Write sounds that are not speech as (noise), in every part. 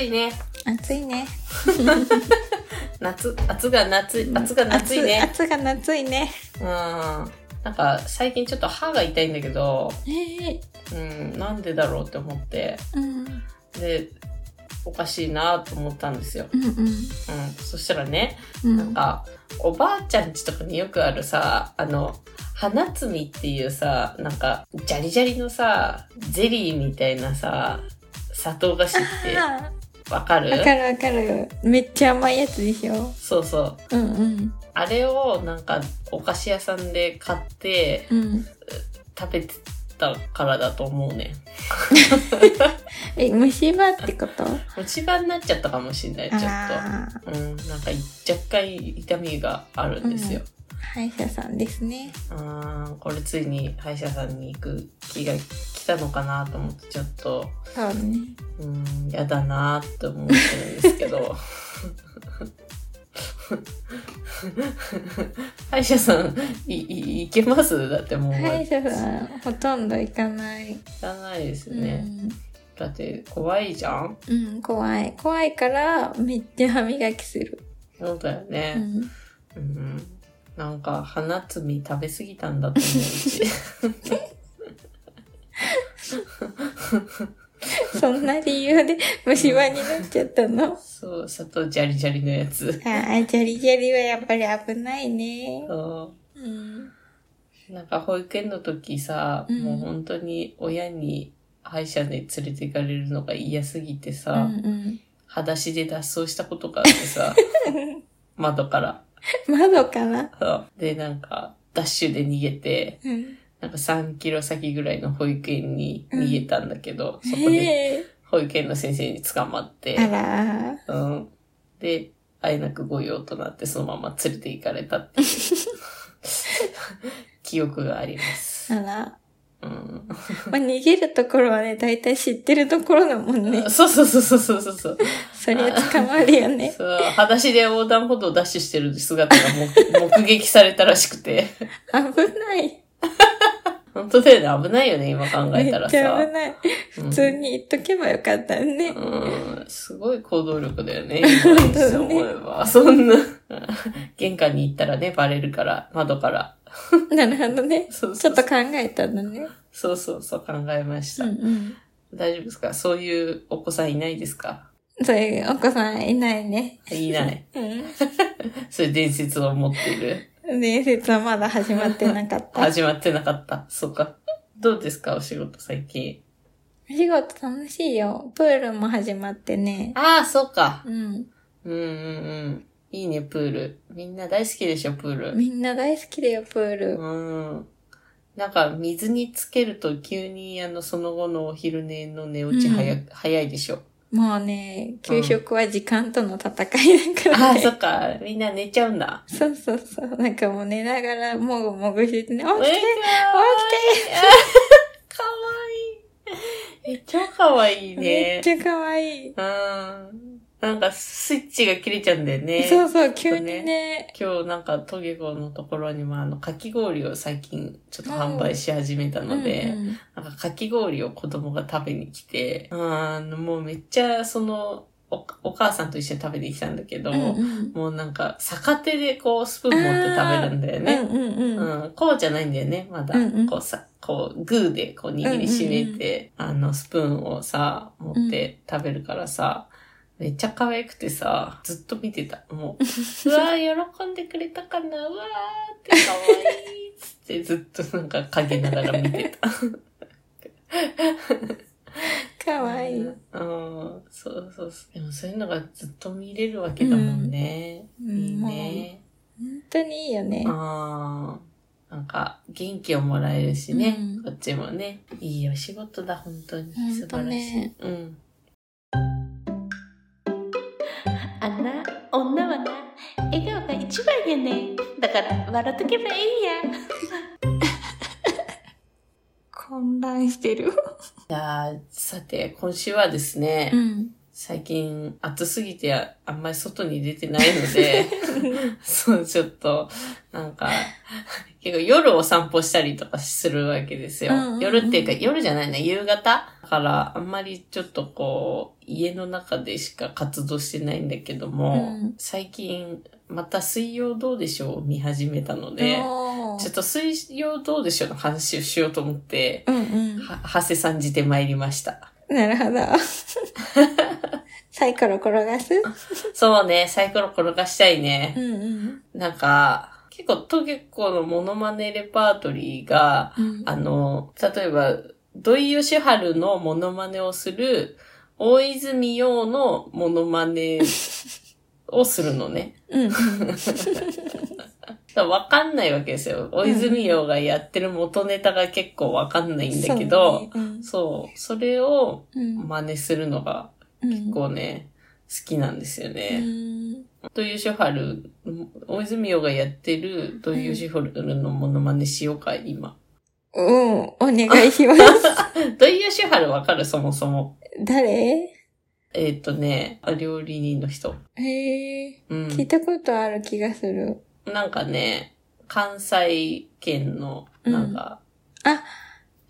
いね。暑いね。夏、夏が夏、夏が夏いね。暑暑が夏いね。うん。なんか、最近ちょっと歯が痛いんだけど、ええうん、なんでだろうって思って、うん。で、おかしいなと思ったんですよ。うんうん。そしたらね、うん。なんか、おばあちゃんちとかによくあるさ、あの、花摘みっていうさ、なんか、ジャリジャリのさ、ゼリーみたいなさ、砂糖菓子っ (laughs) あてわかあ、るわかるわかる。めっちゃ甘いやつでしょ。そうそう。うんうん。あれをなんか、お菓子屋さんで買ってうん。食べてたからだと思うね。え、虫歯ってこと虫歯になっちゃったかもしれない、ちょっああ、と。うん、なんか若干痛みがあるんですよ。歯医者さんですね。あーこれついに歯医者さんに行く気が来たのかなと思ってちょっとそうね。うーんやだなーって思ってるんですけど (laughs) 歯医者さんいい行けますだってもう歯医行者さん、ほとんど行かない。かないですよね、だって怖いじゃんうん。うん、怖い。怖いから、めっちゃ歯磨きする。そうだようね、ん。うんなんか花摘み食べ過ぎたんだと思う (laughs) しそんな理由で虫歯になっちゃったの。 (laughs) そう砂糖ジャリジャリのやつああ、ジャリジャリはやっぱり危ないね。そううん。なんか保育園の時さ、うんもう本当に親に歯医者に連れて行かれるのが嫌すぎてうさ、ん裸足で脱走したことがあって (laughs) さ、窓から。うん。窓かなそうで、なんか、ダッシュで逃げて、うん。なんか3キロ先ぐらいの保育園に逃げたんだけど、そこでええ保育園の先生に捕まって、あらー。うん。で、あえなく御用となってそのまま連れて行かれた (laughs) っていう記憶があります。あら。うんまあ、逃げるところはね、だいたい知ってるところだもんね。そうそうそうそうそうそうそう。そりゃ捕まる (laughs) よね。そう裸足で横断歩道をダッシュしてる姿が目 (laughs) 目撃されたらしくて。危ない。本当だよね、危ないよね、今考めえたっらちゃさ危。ない。普普通。に言っとけばよかったね。うん、すごい行動力だよ (laughs) ね、今そう思えば。そんな、玄関に行ったらね、バレるから、窓から。なるほどね。そうちそょっうと考えたんだね。そうそうそう考えました、うん大丈夫ですかそういうお子さんいないですかうん。そういうお子さんいないね。いない。うそういう伝説を持っている。ん。伝説はまだ始まってなかった。始まってなかった。そうか。どうですかお仕事最近。お仕事楽しいよ。プールも始まってね。ああ、そうか。うん。うんうんうん。いいね、プール。みんな大好きでしょ、プール。みんな大好きだよ、プール。うん。なんか、水につけると急に、あの、その後のお昼寝の寝落ち早,、うん早いでしょ。もうね、給食は時間との戦いだかあらあ、そね。っか。みんな寝ちゃうんだ。そうそうそう。なんかもう寝ながら、もぐもぐしてえね、起きーて (laughs) かわいい。え、超かわいいめねっ。ちゃ可愛い。うん。なんか、スイッチが切れちゃうんだよね。そうそう、急にねね。今日なんかトゲゴのところにもあのかき氷を最近ちょっと販売し始めたので、うんうんなんかかき氷を子供が食べに来て、あのもうめっちゃそのおお母さんと一緒に食べてきたんだけど、うんもうなんか逆手でこうスプーン持って食べるんだようん。ね。うんうんうん。うん、こうじゃないんだよね、まだ。うんうんこうさ、こう、グーでこう握りしめて、あの、スプーンをさ、持って食べるからさ、めっちゃ可愛くてさ、ずっと見てた。もう、 (laughs) うわー喜んでくれたかなうわーって可愛いっつって、ずっとなんか陰ながら見て (laughs) た。かわいい。うん、そうそうそう。でもそういうのがずっと見れるわけだもんね。うんいいもうね。本当にいいよね。ああ、なんか元気をもらえるしね、うんこっちもね。いいお仕事だ、本当に。素本当晴らしい。ね。うん。あんな女はな笑顔が一番やねだから笑っとけばいいや (laughs) 混乱してる。じゃあ、さて、今週はですね、うん。最近暑すぎてああんまり外に出てないの (laughs) で、そう、ちょっと、なんか、結構夜お散歩したりとかするわけですよ。うんうんうん夜っていうか夜じゃないな、夕方だからあんまりちょっとこう、家の中でしか活動してないんだけども、うん最近また水曜どうでしょうを見始めたので、おーちょっと水曜どうでしょうの話をしようと思って、うんうん。は、長谷さんじて参りました。なるほど。サイコロ転がすそうね、サイコロ転がしたいうんね。うん。なんか、結構、トゲコのモノマネレパートリーが、うんあの、例えば、土井善晴のモノマネをする、大泉洋のモノマネをするのね。 (laughs) うんうん。だからわかんないわけですよ。大泉洋がやってる元ネタが結構わかんないんだけど、そうね。そう、それをうん。真似するのがうん結構ね、好きなんですよね。うん土井善晴、大泉洋がやってる土井善晴のモノマネしようか、今。うん、お願いします。土井善晴わかるそもそも。誰えっ、とね、料理人の人。へえ、う聞いん。たことある気がする。なんかね、関西圏の、なんか、うんあ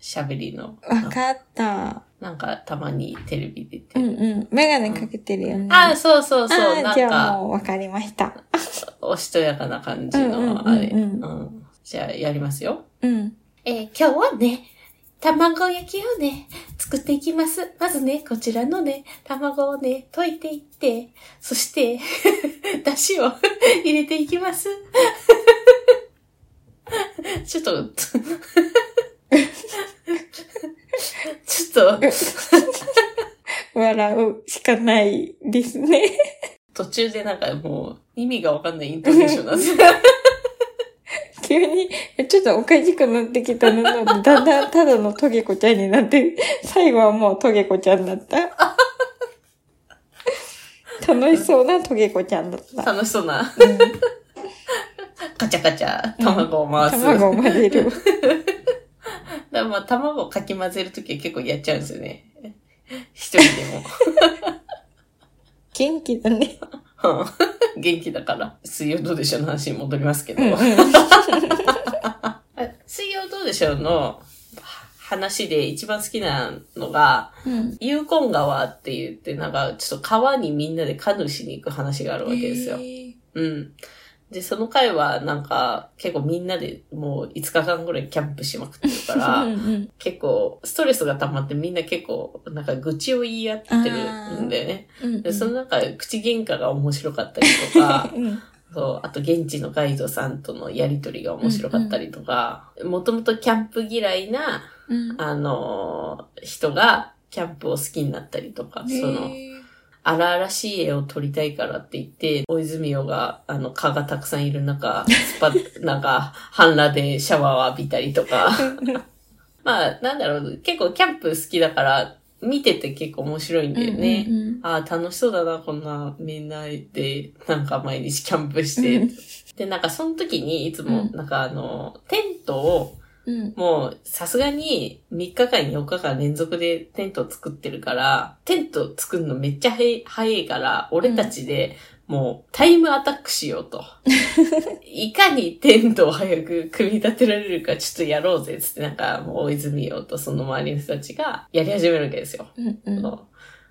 喋りの、わかった。なんかたまにテレビ出てうんる。うん。メガネかけてるよね。ああ、そうそうそう、あーなじんゃあか、もうわかりました。おしとやかな感じうんうんうんうの、んあれ。うんじゃあ、やりますよ。うん。えー今日はね、卵焼きをね、作っていきます。まずね、こちらのね、卵をね、溶いていって、そ (laughs) して、だしを入れていきます。ちょっと、 (laughs) つちょっと、笑うしかないですね。途中でなんかもう、意味がわかんないイントネーションなんですよ。急に、ちょっとおかしくなってきたのだんだんただのトゲコちゃんになって、最後はもうトゲコちゃんだった。楽しそうなトゲコちゃんだった。楽しそうな、うんカチャカチャ、卵を回す。卵を混ぜる。だからまあ、卵をかき混ぜるときは結構やっちゃうんですよね。一人でも。元気だね。うん (laughs) 元気だから。水曜どうでしょうの話に戻りますけど。あ (laughs) 水曜どうでしょうの話で一番好きなのが、うん。ユーコン川って言って、なんかちょっと川にみんなでカヌーしに行く話があるわけですよ。うん。で、その回はなんか結構みんなでもう5日間ぐらいキャンプしまくってるから、 (laughs) うん結構ストレスが溜まってみんな結構なんか愚痴を言い合ってるんだよね。うん、で、その中口喧嘩が面白かったりとか (laughs) うんそう、あと現地のガイドさんとのやりとりが面白かったりとか、もともとキャンプ嫌いな、うんあのー人がキャンプを好きになったりとか、その、へー荒々しい絵を撮りたいからって言って、大泉洋が、あの、蚊がたくさんいる中、スパ、なんか、半裸でシャワーを浴びたりと (laughs) か。まあ、なんだろう、結構キャンプ好きだから、見てて結構面白いんだよね。うんうんああ、楽しそうだな、こんな、みんなで、なんか毎日キャンプしうてん。で、なんかその時に、いつうも、んなんかあの、テントを、うんうんもう、さすがに、3日間、4日間連続でテントを作ってるから、テント作るのめっちゃ早い早いから、俺たちで、もう、タイムアタックしよう (laughs) と。いかにテントを早く組み立てられるか、ちょっとやろうぜ、つって、なんか、もう、大泉洋とその周りの人たちが、やり始めるわけですよ。うんうんそう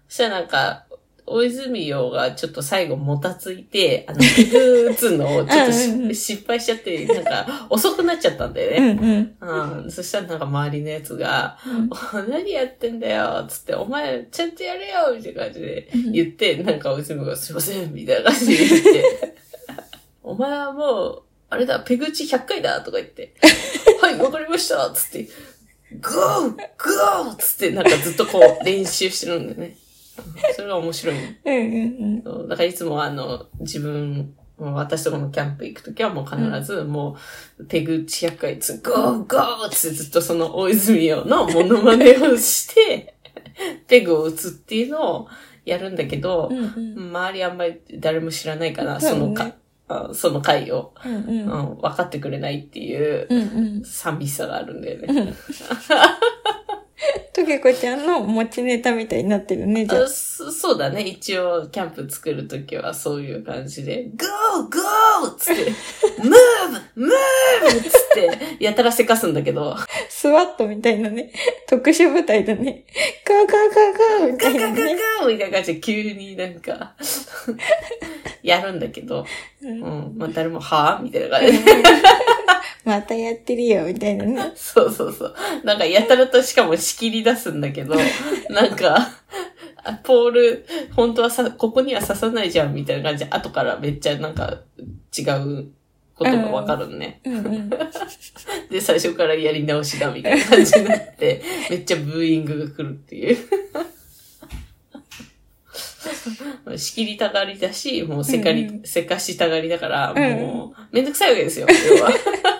そしたらなんか、大泉洋がちょっと最後もたついて、 (laughs) あの、ペグ打つのをちょっとしうんうん失敗しちゃって、なんか遅くなっちゃったんだようね。んうんうん。そしたらなんか周りのやつが、お何やってんだよつって、お前ちゃんとやれよみたいな感じでうん言って、なんか大泉洋がすいませんみたいな感じで言 (laughs) って、お前はもう、あれだ、ペグ打ち100回だとか言 (laughs) って、はい、わかりましたつって、ゴーゴーつってなんかずっとこう練習してるんだよね。うんそれが面白いの。うんうんそうだからいつもあの、自分、もう私とこのキャンプ行くときはもう必ず、もう、ペグ100回つ、ゴーゴーってずっとその大泉洋のモノマネをして、ペグを打つっていうのをやるんだけどう、んうん周りあんまり誰も知らないから、そうそねのか、あその回を、うんううんん、分かってくれないっていううんうん寂しさがあるんだよね。トゲコちゃんの持ちネタみたいになってるね、じゃああ。そそうだね。一応、キャンプ作るときはそういう感じで、GO! GO! つっ (laughs) て、MOVE! MOVE! つって、やたらせかすんだけど、スワットみたいなね、特殊部隊だね。ガーガーガーガーみガたいガなガガね。ーみたいな感じで急になん (laughs) か、やるんだけど、ううんん。まあ、誰も、はぁみたいな感じで。またやってるよ、みたいなね。そうそうそう。なんか、やたらとしかも仕切り出すんだけ (laughs) ど、なんか、あポール、本当はさ、ここには刺さないじゃん、みたいな感じで、後からめっちゃなんか、違うことがわかるのね。うんうん。で、最初からやり直しだ、みたいな感じにな (laughs) って、めっちゃブーイングが来るっていう。仕切りたがりだし、もうせかり、うんうんせかしたがりだから、うんもう、めんどくさいわけですよ、要 (laughs) は。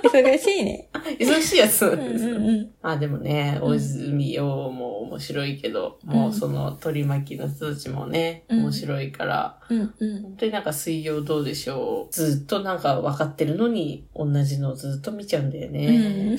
忙しいね。忙しいやつなうんんですよ。うんうん。まあでもね、うん大泉洋も面白いけど、もうその取り巻きの人たちもね、うん面白いから、うんうん。本当になんか水曜どうでしょう。ずっとなんか分かってるのに、同じのずっと見ちゃうんだようんね。。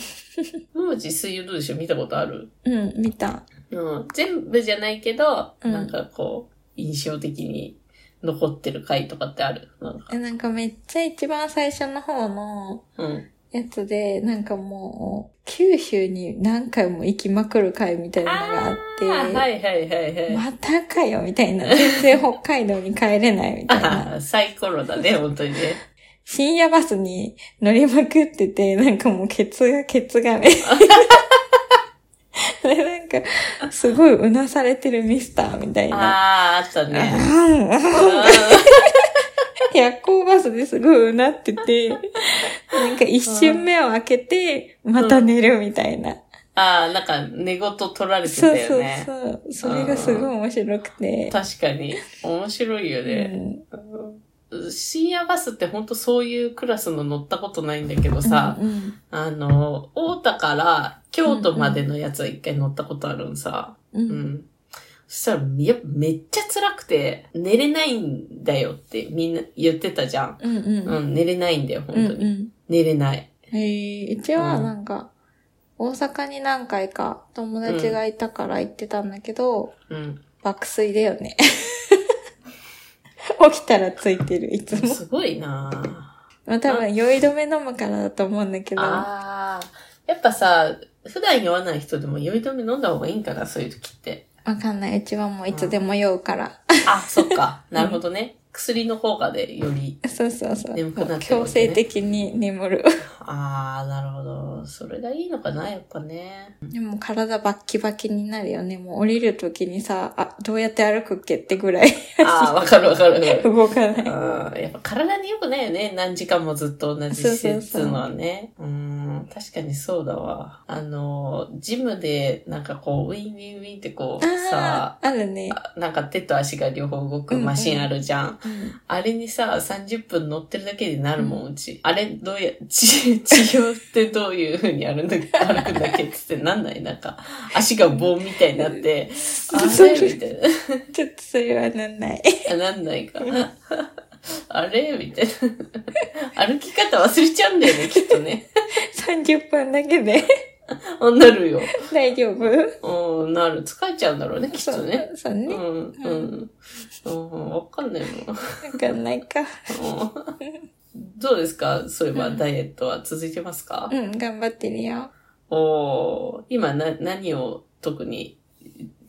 ももち水曜どうでしょう見たことあるうん、見た。うん。全部じゃないけど、うんなんかこう、印象的に残ってる回とかってあるなんか。えなんかめっちゃ一番最初の方のうん。やつで、なんかもう、九州に何回も行きまくる回みたいなのがあっあ、て、はいはいはいはい。またかよ、みたいな。全然北海道に帰れない、みたいな。あ (laughs) サイコロだね、本当にね。深夜バスに乗りまくってて、なんかもうケツがケツがね。で、なんか、すごいうなされてるミスターみたいな。 (laughs) ああ、あった (laughs) ね。うんうん夜行バスですごいうなってて、なんか一瞬目を開けて、また寝るみたいな。ああ、なんか寝言取られてたそうよそうね。そう。それがすごい面白くて。確かに。面白いよね。うん深夜バスってほんとそういうクラスの乗ったことないんだけどさ、うんあの、大田から京都までのやつは一回乗ったことあるんさ。うんううんん。そしたら、やっぱめっちゃ辛くて、寝れないんだよってみんな言ってたじゃん。うんうんう。ん、寝れないんだよ、本当うんに。うん寝れない。へえ、うちはなんか、大阪に何回か友達がいたから行ってたんだけど、うん。爆睡だよね。 (laughs) 起きたらついてる、いつ (laughs) も。すごいなぁ。まあ多分酔い止め飲むからだと思うんだけど。ああ。やっぱさ、普段酔わない人でも酔い止め飲んだ方がいいんかな、そういう時って。わかんない。うちはもういつでも酔うから。あ、そっか。 (laughs) なるほどね。薬の効果でより。そうそうそう。眠くなってるわけねもう強制的に眠る。ああ、なるほど。それがいいのかな、やっぱ (laughs) ね。 (laughs) でも体バッキバキになるよね。もう降りるときにさ、あ、どうやって歩くっけってぐ (laughs) らいああ、わかるわかるわかる。動かない。うん、やっぱ体に良くないよね。何時間もずっと同じ姿勢っつうのはね。うん、確かにそうだわ。あの、ジムで、なんかこう、ウィンウィンウィンってこう、さあ、あるね。なんか手と足が両方動くマシンあるじゃん。うんあれにさ、30分乗ってるだけでなるもん、うち。あれ、どうや、 (laughs) 治治療ってどういう風に (laughs) 歩んだ歩くんだっけっつってなんないなんか、足が棒みたいにな (laughs) って、あそれれみたいちょっとそれはなんない。な。 (laughs) なんないか。あれみたいな。 (laughs) 歩き方忘れちゃうんだよね、きっとね。 30分だけ (laughs) でなるよ。大丈夫うん、なる。疲れちゃうんだろうね、きっとね。。そうそううね。ん、うん。うん、わかんないもん。わかんないか。うんどうですかそういえば、ダイエットは続いてますか、うん、頑張ってるよ。おー今な、何を特に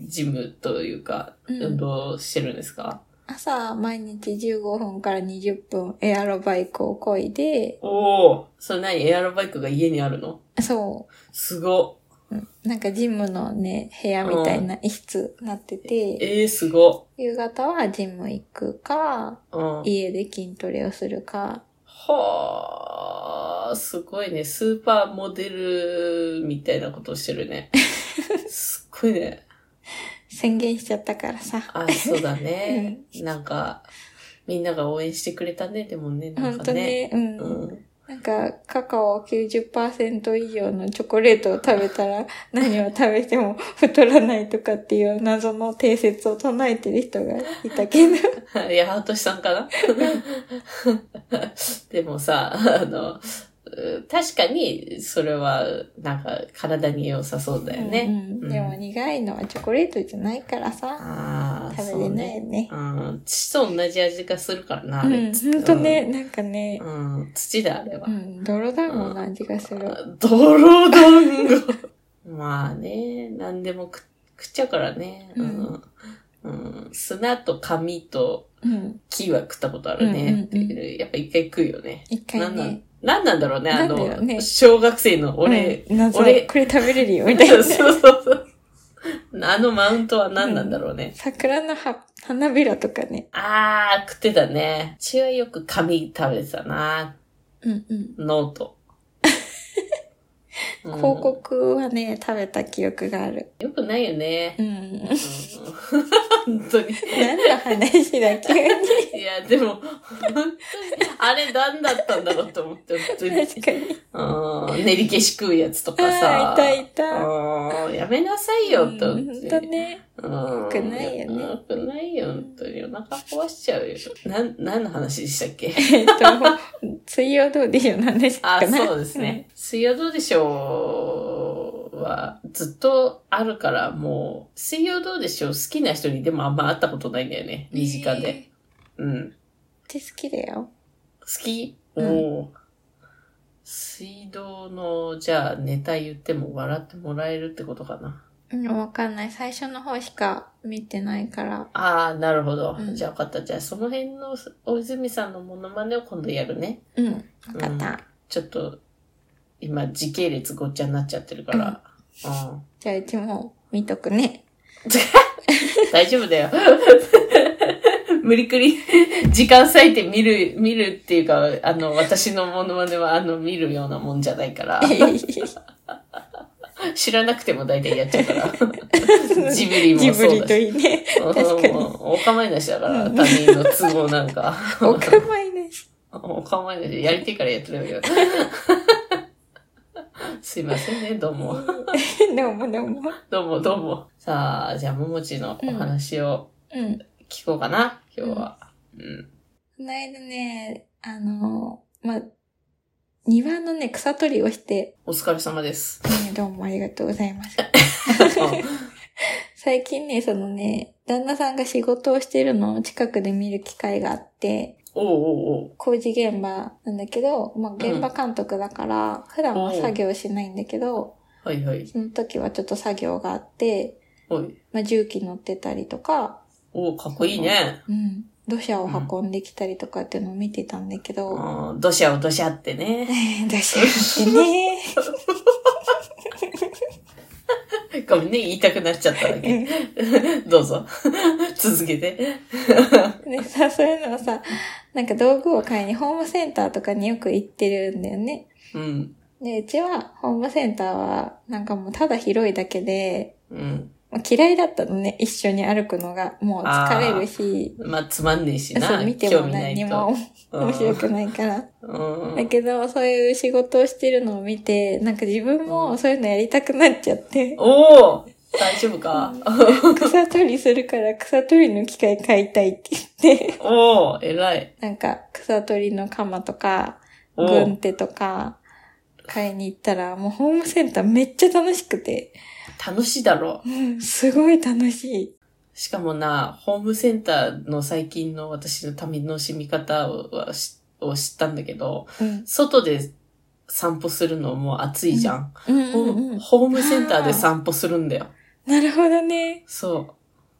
ジムというか、うん運動してるんですか、朝、毎日15分から20分エアロバイクをこいで、おおそれ何エアロバイクが家にあるのそすごっ。う、なんかジムのね、部屋みたいな一室なってて、えー、すご夕方はジム行くか、っ。うん。家で筋トレをするか、はー、すごいね。スーパーモデルみたいなことをしてるね。すっごいね。宣言しちゃったからさ。あ、 (laughs) そうだね。なんか、みんなが応援してくれたね、でもね、なほんんかとね。ね、うん。うん。なんか、カカオ90%以上のチョコレートを食べたら、何を食べても太らないとかっていう謎の定説を唱えてる人がいたけど。 (laughs) いや、ハートさんかなでもさ、あの、う確かに、それは、なんか、体に良さそうだよね。うんうんでも苦いのはチョコレートじゃないからさ、ああ、食べれないよね。うん、土と同じ味がするからな、あうれ。ん、ほんとね、なんかね、うん、土だ、あれはう。ん、泥団子の味がする。泥団子。まあね、何でもく食っちゃうからね。うん。うん、砂と紙とうん、木は食ったことあるうんうんうねんっていう。やっぱ一回食うよね。一な回んなねん、、なんなんだろうね、あなんだろうねの、小学生の俺。うん、謎俺これ食べれるよ、みたいそなう。 (laughs) そうそう。あのマウントは何なんだろうね。桜の葉、花びらとかね。あー、食ってたね。うちはよく紙食べてたな。うんうん。ノー (laughs) ト。うん広告はね、食べた記憶がある。よくないよね。うん。うん本当に。何の話だ、急に。いや、でも、本当に、あれ何だったんだろうと思って、本当に。 (laughs) 確かに。うん、練り消し食うやつとかあさ。あ、いたいた。うんやめなさいよ、とうん思っほんて。とね。うんよくないよねよくないよ、本当に。お腹壊しちゃうよ。なん、何の話でしたっけ (laughs) えっと、水曜どうでしょうの話かあ、な。そうですね。水曜どうでしょうは、ずっとあるから、もう、水曜どうでしょう好きな人にでもあんま会ったことないんだよね。身近で。うん。うん。って好きだよ。好き、うんおー水道の、じゃあネタ言っても笑ってもらえるってことかな。うん、わかんない。最初の方しか見てないから。ああ、なるほど。うんじゃあ分かった。じゃあその辺の大泉さんのモノマネを今度やるね。うん。わかった。うんちょっと、今時系列ごっちゃになっちゃってるから。うん。じゃあ、うちも見とくね。大丈夫だよ。 (laughs) 無理くり、時間割いて見る、見るっていうか、あの、私のモノマネは、あの、見るようなもんじゃないから。知らなくても大体やっちゃうから。ジブリもジブそうリだとし。いいね。うん確かにお構いなしだから、他人の都合なんか。お構いなし。お構いなし。やりてえからやってるよ。 (laughs) すいませんね、どうも。どうもどうも。どうもどうも。さあ、じゃあ、ももちのお話をうん。聞こうかな、今日は。うん。この間ね、あの、まあ、庭のね、草取りをして、お疲れ様 (laughs) です。ねどうもありがとうございます。最近ね、そのね、旦那さんが仕事をしてるのを近くで見る機会があって、おうおうおう。工事現場なんだけど、まあ、現場監督だから、普段は作業しないんだけど、はいはい。その時はちょっと作業があって、おい。まあ、重機乗ってたりとか、おうかっこいいね。うん、土砂を運んできたりとかっていうのを見てたんだけど、うん、どしゃおどしゃってね。 (laughs) 土砂ってね、ごめんね、言いたくなっちゃっただけ。どうぞ。続けて。でさ、そういうのをさ、なんか道具を買いにホームセンターとかによく行ってるんだよね。うん。で、うちはホームセンターはなんかもうただ広いだけで、うん。まあ嫌いだったのね、一緒に歩くのが。もう疲れるし、まあ、つまんねえしな。そう見ても何にも興味面ない白と。くないから。うん。うだんけど、そういう仕事をしてるのを見て、なんか自分もそういうのやりたくなっちゃって、おお大丈夫か、草取りするから草取りの機械買いたいって言って、 (laughs) おお偉い。なんか草取りの鎌とか、お軍お手とか買いに行ったら、もうホームセンターめっちゃ楽しくて、楽しいだろう。うん、すごい楽しい。しかもな、ホームセンターの最近の私の楽しみ方をはしを知ったんだけど、うん。外で散歩するのもう暑いじゃん。うんホうんうん。ホームセンターで散歩するんだよ。なるほどね。そう。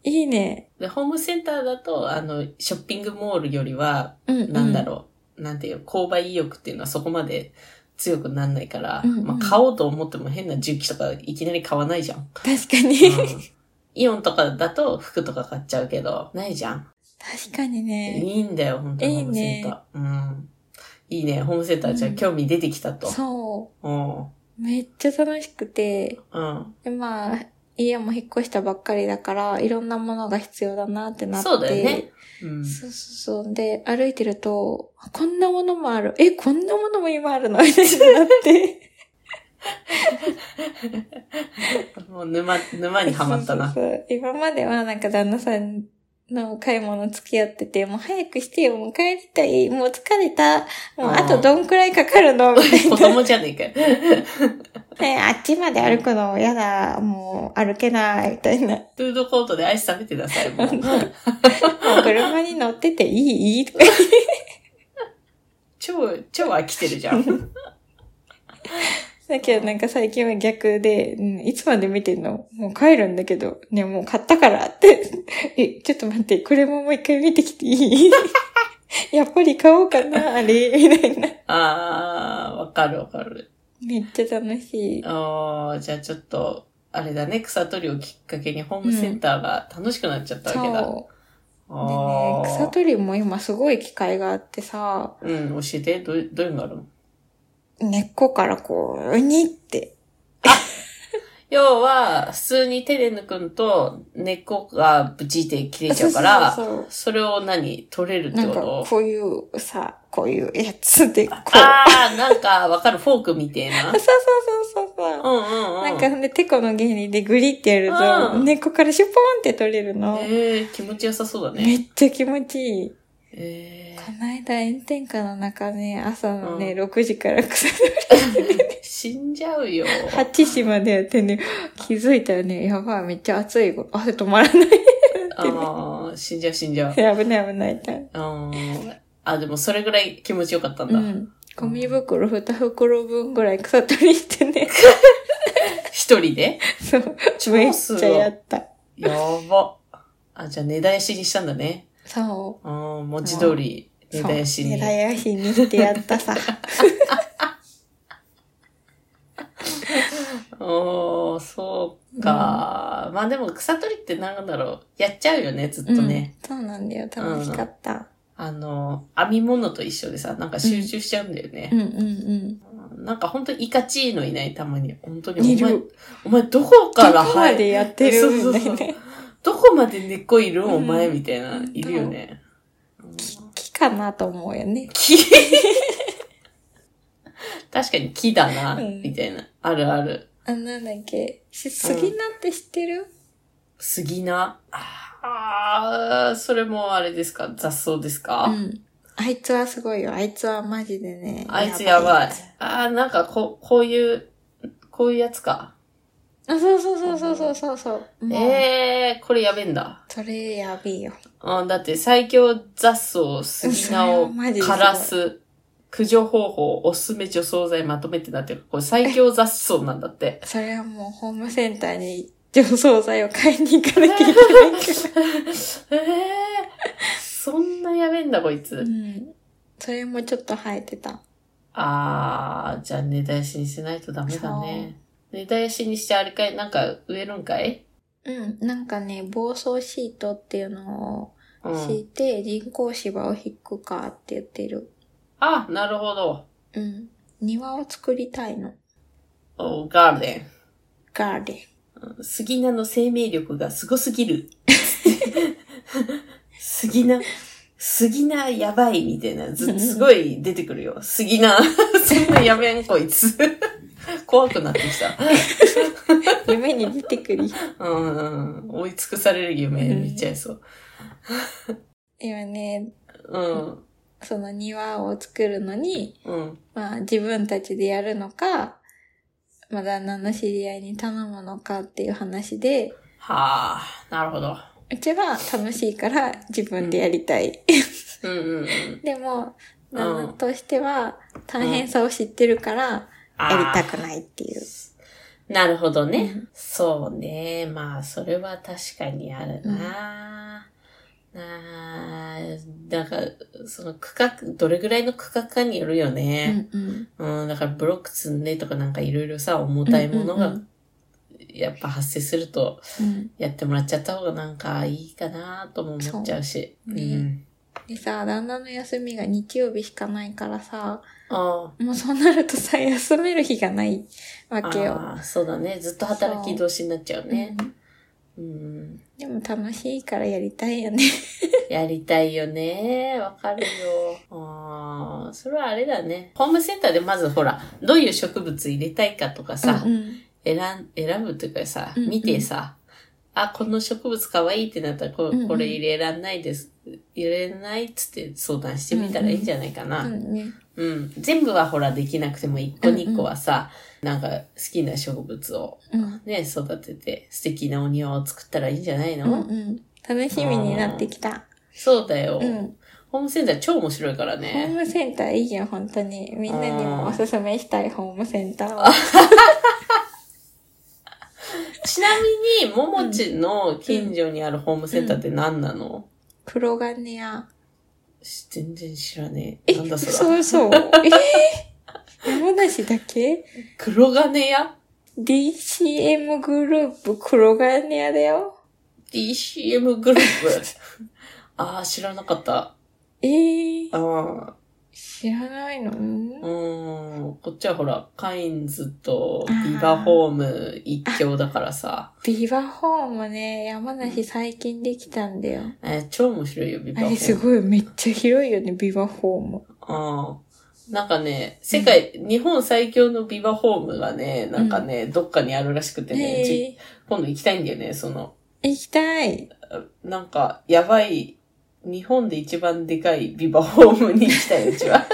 いいね。で、ホームセンターだと、あの、ショッピングモールよりは、うん、うん。なんだろう、なんていう、購買意欲っていうのはそこまで強くなんないから、うんうんまあ、買おうと思っても変な重機とかいきなり買わないじゃん。う。確かに。うん (laughs) イオンとかだと服とか買っちゃうけど、ないじゃん。確かにね。いいんだよ、本当にいホいームセねンター。うん。いいね、ホームセンターじゃあうん興味出てきたと。そうん。う。めっちゃ楽しくて、うん。でまあ、家も引っ越したばっかりだから、いろんなものが必要だなってなって。そうだよね。うん。そうそうそう。で、歩いてると、あこんなものもある。え、こんなものも今あるのみたいになって。もう沼、沼にはまったな。 (laughs) そうそうそう今まではなんか旦那さんの買い物付き合ってて、もう早くしてよ、もう帰りたい、もう疲れた、もうあとどんくらいかか (laughs) るのみたい子供じゃねえかよ。な、ね。あっちまで歩くの嫌だ、もう歩けない、みたいな。もフードコートでアイス食べてなさい、もう。う車に乗ってていいいいとか。超、超飽きてるじゃ (laughs) ん。だけどなんか最近は逆で、うん、いつまで見てんのもう帰るんだけど、ね、もう買ったからって。 (laughs) え、ちょっと待って、これももう一回見てきてい (laughs) いやっぱり買おうかな、あれ、みたいな。あー、わかるわかる。めっちゃ楽しい。あー、じゃあちょっと、あれだね、草取りをきっかけにホームセンターが楽しくなっちゃったわけだ。そう。であねー、草取りも今すごい機会があってさ、うん、教えて、どう、どういうのがあるの根っこからこう、うにって。要は、普通に手で抜くんと、根っこがブチって切れちゃうから、そうそうそうそれを何取れるってなんこかとこういうさ、こういうやつで、こう。あー、なんかわかる、フォークみてえなそう。そうそうそうそうう。んうんうん。なんか、ほんで、テコの原理でグリってやると、うん根っこからシュポーンって取れるの。えー、気持ちよさそうだめね。っちゃ気持ちいい。えこの間、炎天下の中ね、朝のね、う6時から草ー、死んじゃうよ。 8時までやってね、気づいたらね、やばい、めっちゃ暑い。汗止まらない。あー、死んじゃう死んじゃう。危 (laughs) ない危ない。あ (laughs) ーあ、でもそれぐらい気持ちよかったんうだ。ん。ゴミ袋2袋分ぐらい草取りして (laughs) ね。一人でそう。超めっすちごゃい。ややった。ば。あ、じゃあ、根絶やしにしたんだね。そう。うん、文字通り、根絶やしに。そう根絶やしにしてやっ (laughs) たさ。おー、そうか。まあでも、草取りってなんだろう。やっちゃうよね、ずっとね。うん。そうなんだよ。楽しかった。あの、編み物と一緒でさ、なんか集中しちゃうんだようね。んうんうん。なんかほんとイカチーノいない、たまに。本当いに、お前る、お前どこどからこまでやってるそうみそたうそういな。どこまで根っこいる、うんお前みたいな、いるよね。木かなと思うよね。木確かに木だな、うんみたいな。あるある。あ、なんだっけ。し、杉菜って知ってる、杉菜。あー、それもあれですか雑草ですか、ん。あいつはすごいよ。あいつはマジでね。あいつやばい。あ、あー、なんかこ、こういう、こういうやつか。そうそうそうそうそうそうそう。もうえー、これやべえんだ。それやべえよ。うん、だって最強雑草、杉菜それはを (laughs) マジですごい枯らす。駆除方法、おすすめ除草剤まとめてなってる、これ最強雑草なんだ (laughs) って。それはもうホームセンターに除草剤を買いに行かなきゃいけないから。 (laughs) えー、そんなやべえんだ、こいつ。うん。それもちょっと生えてた。あー、じゃあ根絶やしにしないとダメだね。根絶やしにしてあれかいなんか植えるんかいうん。なんかね、防草シートっていうのをう敷いん。て、人工芝を引くかって言ってる。あ、なるほど。うん。庭を作りたいの。おガーデン。ガーデン。 (laughs) 杉菜の生命力がすごすぎる。杉菜、杉菜やばいみたいな、ずすごい出てくるよ。杉菜、 (laughs) そんなやめんこいつ。怖くなってき夢に出てくる。た。うんうん。追い尽くされる夢見ちゃいそう。今ね、うん。その庭を作るのに、うん。まあ自分たちでやるのか、まあ旦那の知り合いに頼むのかっていう話で、はあ、なるほど。うちは楽しいから自分でやりたい。うんうんうん。でも、うん旦那としては大変さを知ってるから、やりたあくないっていーう。なるほどね。うんそうね。まあ、それは確かにあるな。なあ、だから、その区画、どれぐらいの区画かによるようね。んうん。うん、だからブロック積んでとかなんかいろいろさ、重たいものうんうがん、やっぱ発生すると、うん。やってもらっちゃった方がなんかいいかなとも思っちゃうし。そううねん。でさ、旦那の休みが日曜日しかないからさ、あもうそうなるとさ、休める日がないわあけよ。ああ、そうだね。ずっと働き同士になっちゃうね。うんうん。でも楽しいからやりたいよね。やりたいよね。わかるよ。あーそれはあれだね。ホームセンターでまずほら、どういう植物入れたいかとかさ、うん選ん選ぶというかさ、うんうん見てさ、あ、この植物かわいいってなったらこ、うんうんこれ入れらんないです。入れないっつって相談してみたらいいんじゃないかな。うんね。うん。全部はほらできなくても、一個二個はさ、なんか好きな植物をうん。ね、育てて素敵なお庭を作ったらいいんじゃないの、うんうん。楽しみになってきた。そうだよ、うん。ホームセンター超面白いからホーね。ムセンターいいよ、本当に。みんなにもおすすめしたいホームセンターを。ちなみに、ももちの近所にあるホームセンターって何なの、黒金屋。し全然知らねえ。え、なんだそら。そ (laughs) うそう。えー、山梨だけ黒金屋 ?DCM グループ黒金屋だよ。 ?DCM グループ。 (laughs) ああ、知らなかった。えーあ、あ、知らないのうーん。こっちはほら、カインズとあービバホーム一強だからさ。ビバホームね、山梨最近できたんだよ。えー超面白いよ、ビあバホーム。れすごい、めっちゃ広いよね、ビバホーム。ああ。なんかね、世界、日本最強のビバホームがね、なんかね、どっかにあるらしくてね、じえー、今度行きたいんだよね、その、行きたい。なんか、やばい、日本で一番でかいビバホームに行きたい、うち (laughs) は。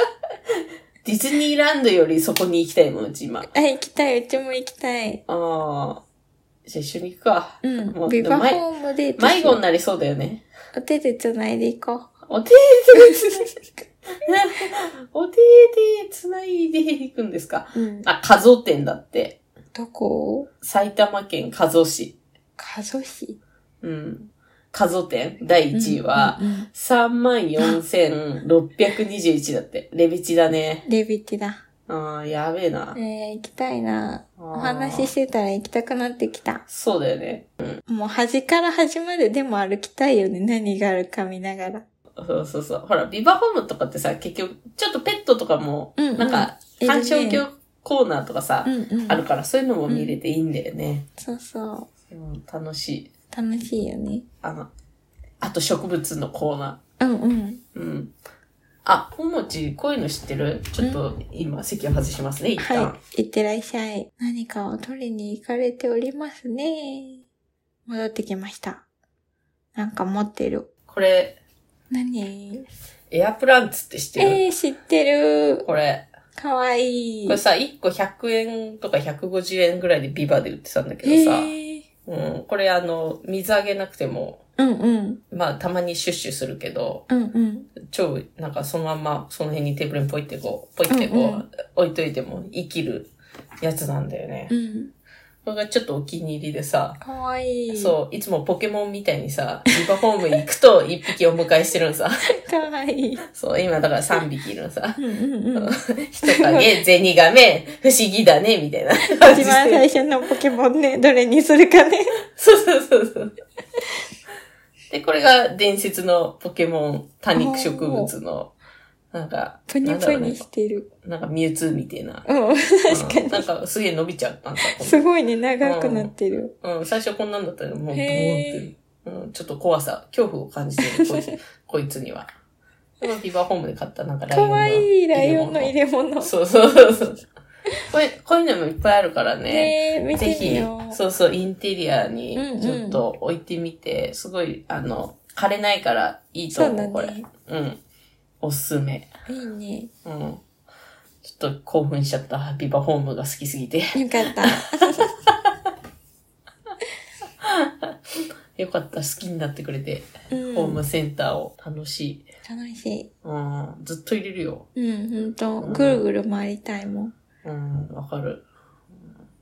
ディズニーランドよりそこに行きたいもん、うち今。ああ、行きたい、うちも行きたい。あ。じゃあ一緒に行くか。うもん。うビバでもホームで、迷子になりそうだよね。お手で繋いでいこお手でお手で繋いでいくんですか。 (laughs) う。うん。あ、加蔵店だって。どこ埼玉県加須市。加須市。うん。加須店第1位は、うんうんうん34,621だって。レビチだね。レビティだ。ああ、やべえなえ。ー、行きたいな。おお話ししてたら行きたくなってきた。そうだよね。もう端から端まででも歩きたいよね。何があるか見ながら。そうそうそう。ほら、ビバホームとかってさ、結局、ちょっとペットとかも、うんうんなんか、鑑賞いる業コーナーとかさ、うんうん。あるから、そういうのも見れていいんだよね。そうそう。うん、楽しい。楽しいよね。あの、あと植物のコーナうんうん。ー。うん。あ、ももち、こういうの知ってるちょっと、今、席を外しますね、一旦。はい。いってらっしゃい。何かを取りに行かれておりますね。戻ってきました。なんか持ってる。これ、何エアプランツって知ってる、えー、知ってる。これ。かわいい。これさ、1個100円とか150円ぐらいでビバで売ってたんだけえどさ、ー、うん、これあの、水あげなくても、うんうん。まあたまにシュッシュするけど、うんうん。超、なんかそのまんまその辺にテーブルにポイってこう、ポイってこう、うんうん置いといても生きるやつなんだよね。うん。これがちょっとお気に入りでさ、かわいい。そう、いつもポケモンみたいにさ、ビバホーム行くと1匹お迎えしてるのさ。 (laughs) う。かわいい。そう、今だから3匹いるのさ。うんうんうん。人 (laughs) 影、ゼニガメ、不思議だね、みたいな (laughs) 感じ一で番最初のポケモンね、どれにするかね。 (laughs) そうそうそうそう。で、これが伝説のポケモン、多肉植物の、なんか、ぷにぷにしてる。なんかミュウツーみたいな。うん。 (laughs) 確かうんに。なんかすげえ伸びちゃったんだ。すごいね、長くなってる。うん、最初こんなんだったけど、もうブーンっへて。うん、ちょっと怖さ、恐怖を感じてる、こいつこいつには。でもビバホームで買ったなんかライかオンの。わいい、ライオンの入入れれ物物。。そうそうそうそう。これ、こういうのもいっぱいあるからねえ、見ぜてみひよ、う。そうそう、インテリアにうんうんちょっと置いてみて、すごい、あの、枯れないからいいとそ思うう、だこれね。。うん。おすすめ。いいね。うん。ちょっと興奮しちゃった。ビバホームが好きすぎて。 (laughs) よかった。よかった。好きになってくれて。うん。ホームセンターを楽しい。楽しうん。ずっと入れるよ。い。うん、ほんと。ぐるぐる回りたいもん。うん。わかる。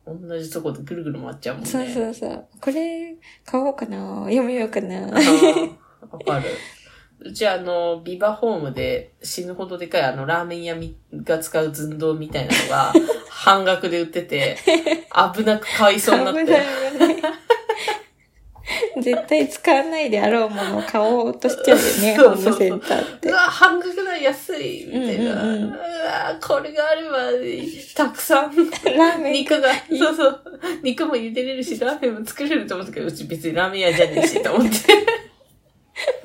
うん同じとこでぐるぐる回っちゃうもんね。そうそうそう。これ、買おうかな読みようかなあーわかる。うちあの、ビバホームで死ぬほどでかいあの、ラーメン屋みが使う寸胴みたいなのが、半額で売ってて、危なく買いそうになっ危ないて。(laughs) よね。絶対使わないであろうものを買おうとしちゃうよね、ホそうそーうムそうセンターっうて。わ、半額だ、安いみたいな。ううんうんうんわ、これがあれば、たくさん、 (laughs) ラーメン肉が、そうそう、肉も茹でれるし、ラーメンも作れると思ったけど、うち別にラーメン屋じゃねえし、と思 (laughs) って。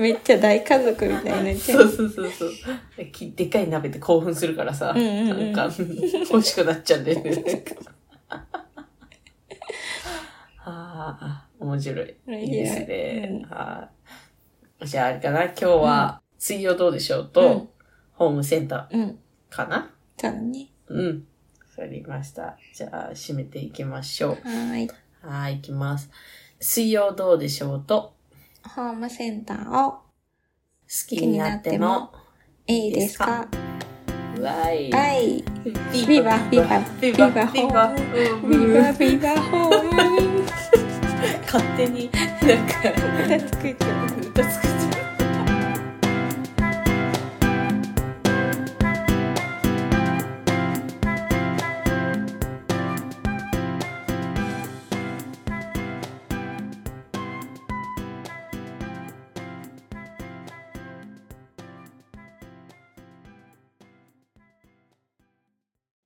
めっちゃ大家族みたいになっちゃ。そううそうそうそう。きでっかい鍋で興奮するからさ、うんうんうんなんか欲 (laughs) しくなっちゃうんだよね。ああ、面面白い。いいいですねう。はい。じゃああれかな、今日は、水曜どうでしょうと、うんホームセンタうん。ーかなだね。うん。わかりました。じゃあ、締めていきましょはーい。う。はい、いきます。水曜どうでしょうと、ホームセンターを好きになっても、いいですかわい。はい。ビバビバビバ、ビバ、ビビババ、ビバビバホ (laughs) ーム。勝手に、なんか、歌作っちゃう歌作っちゃう。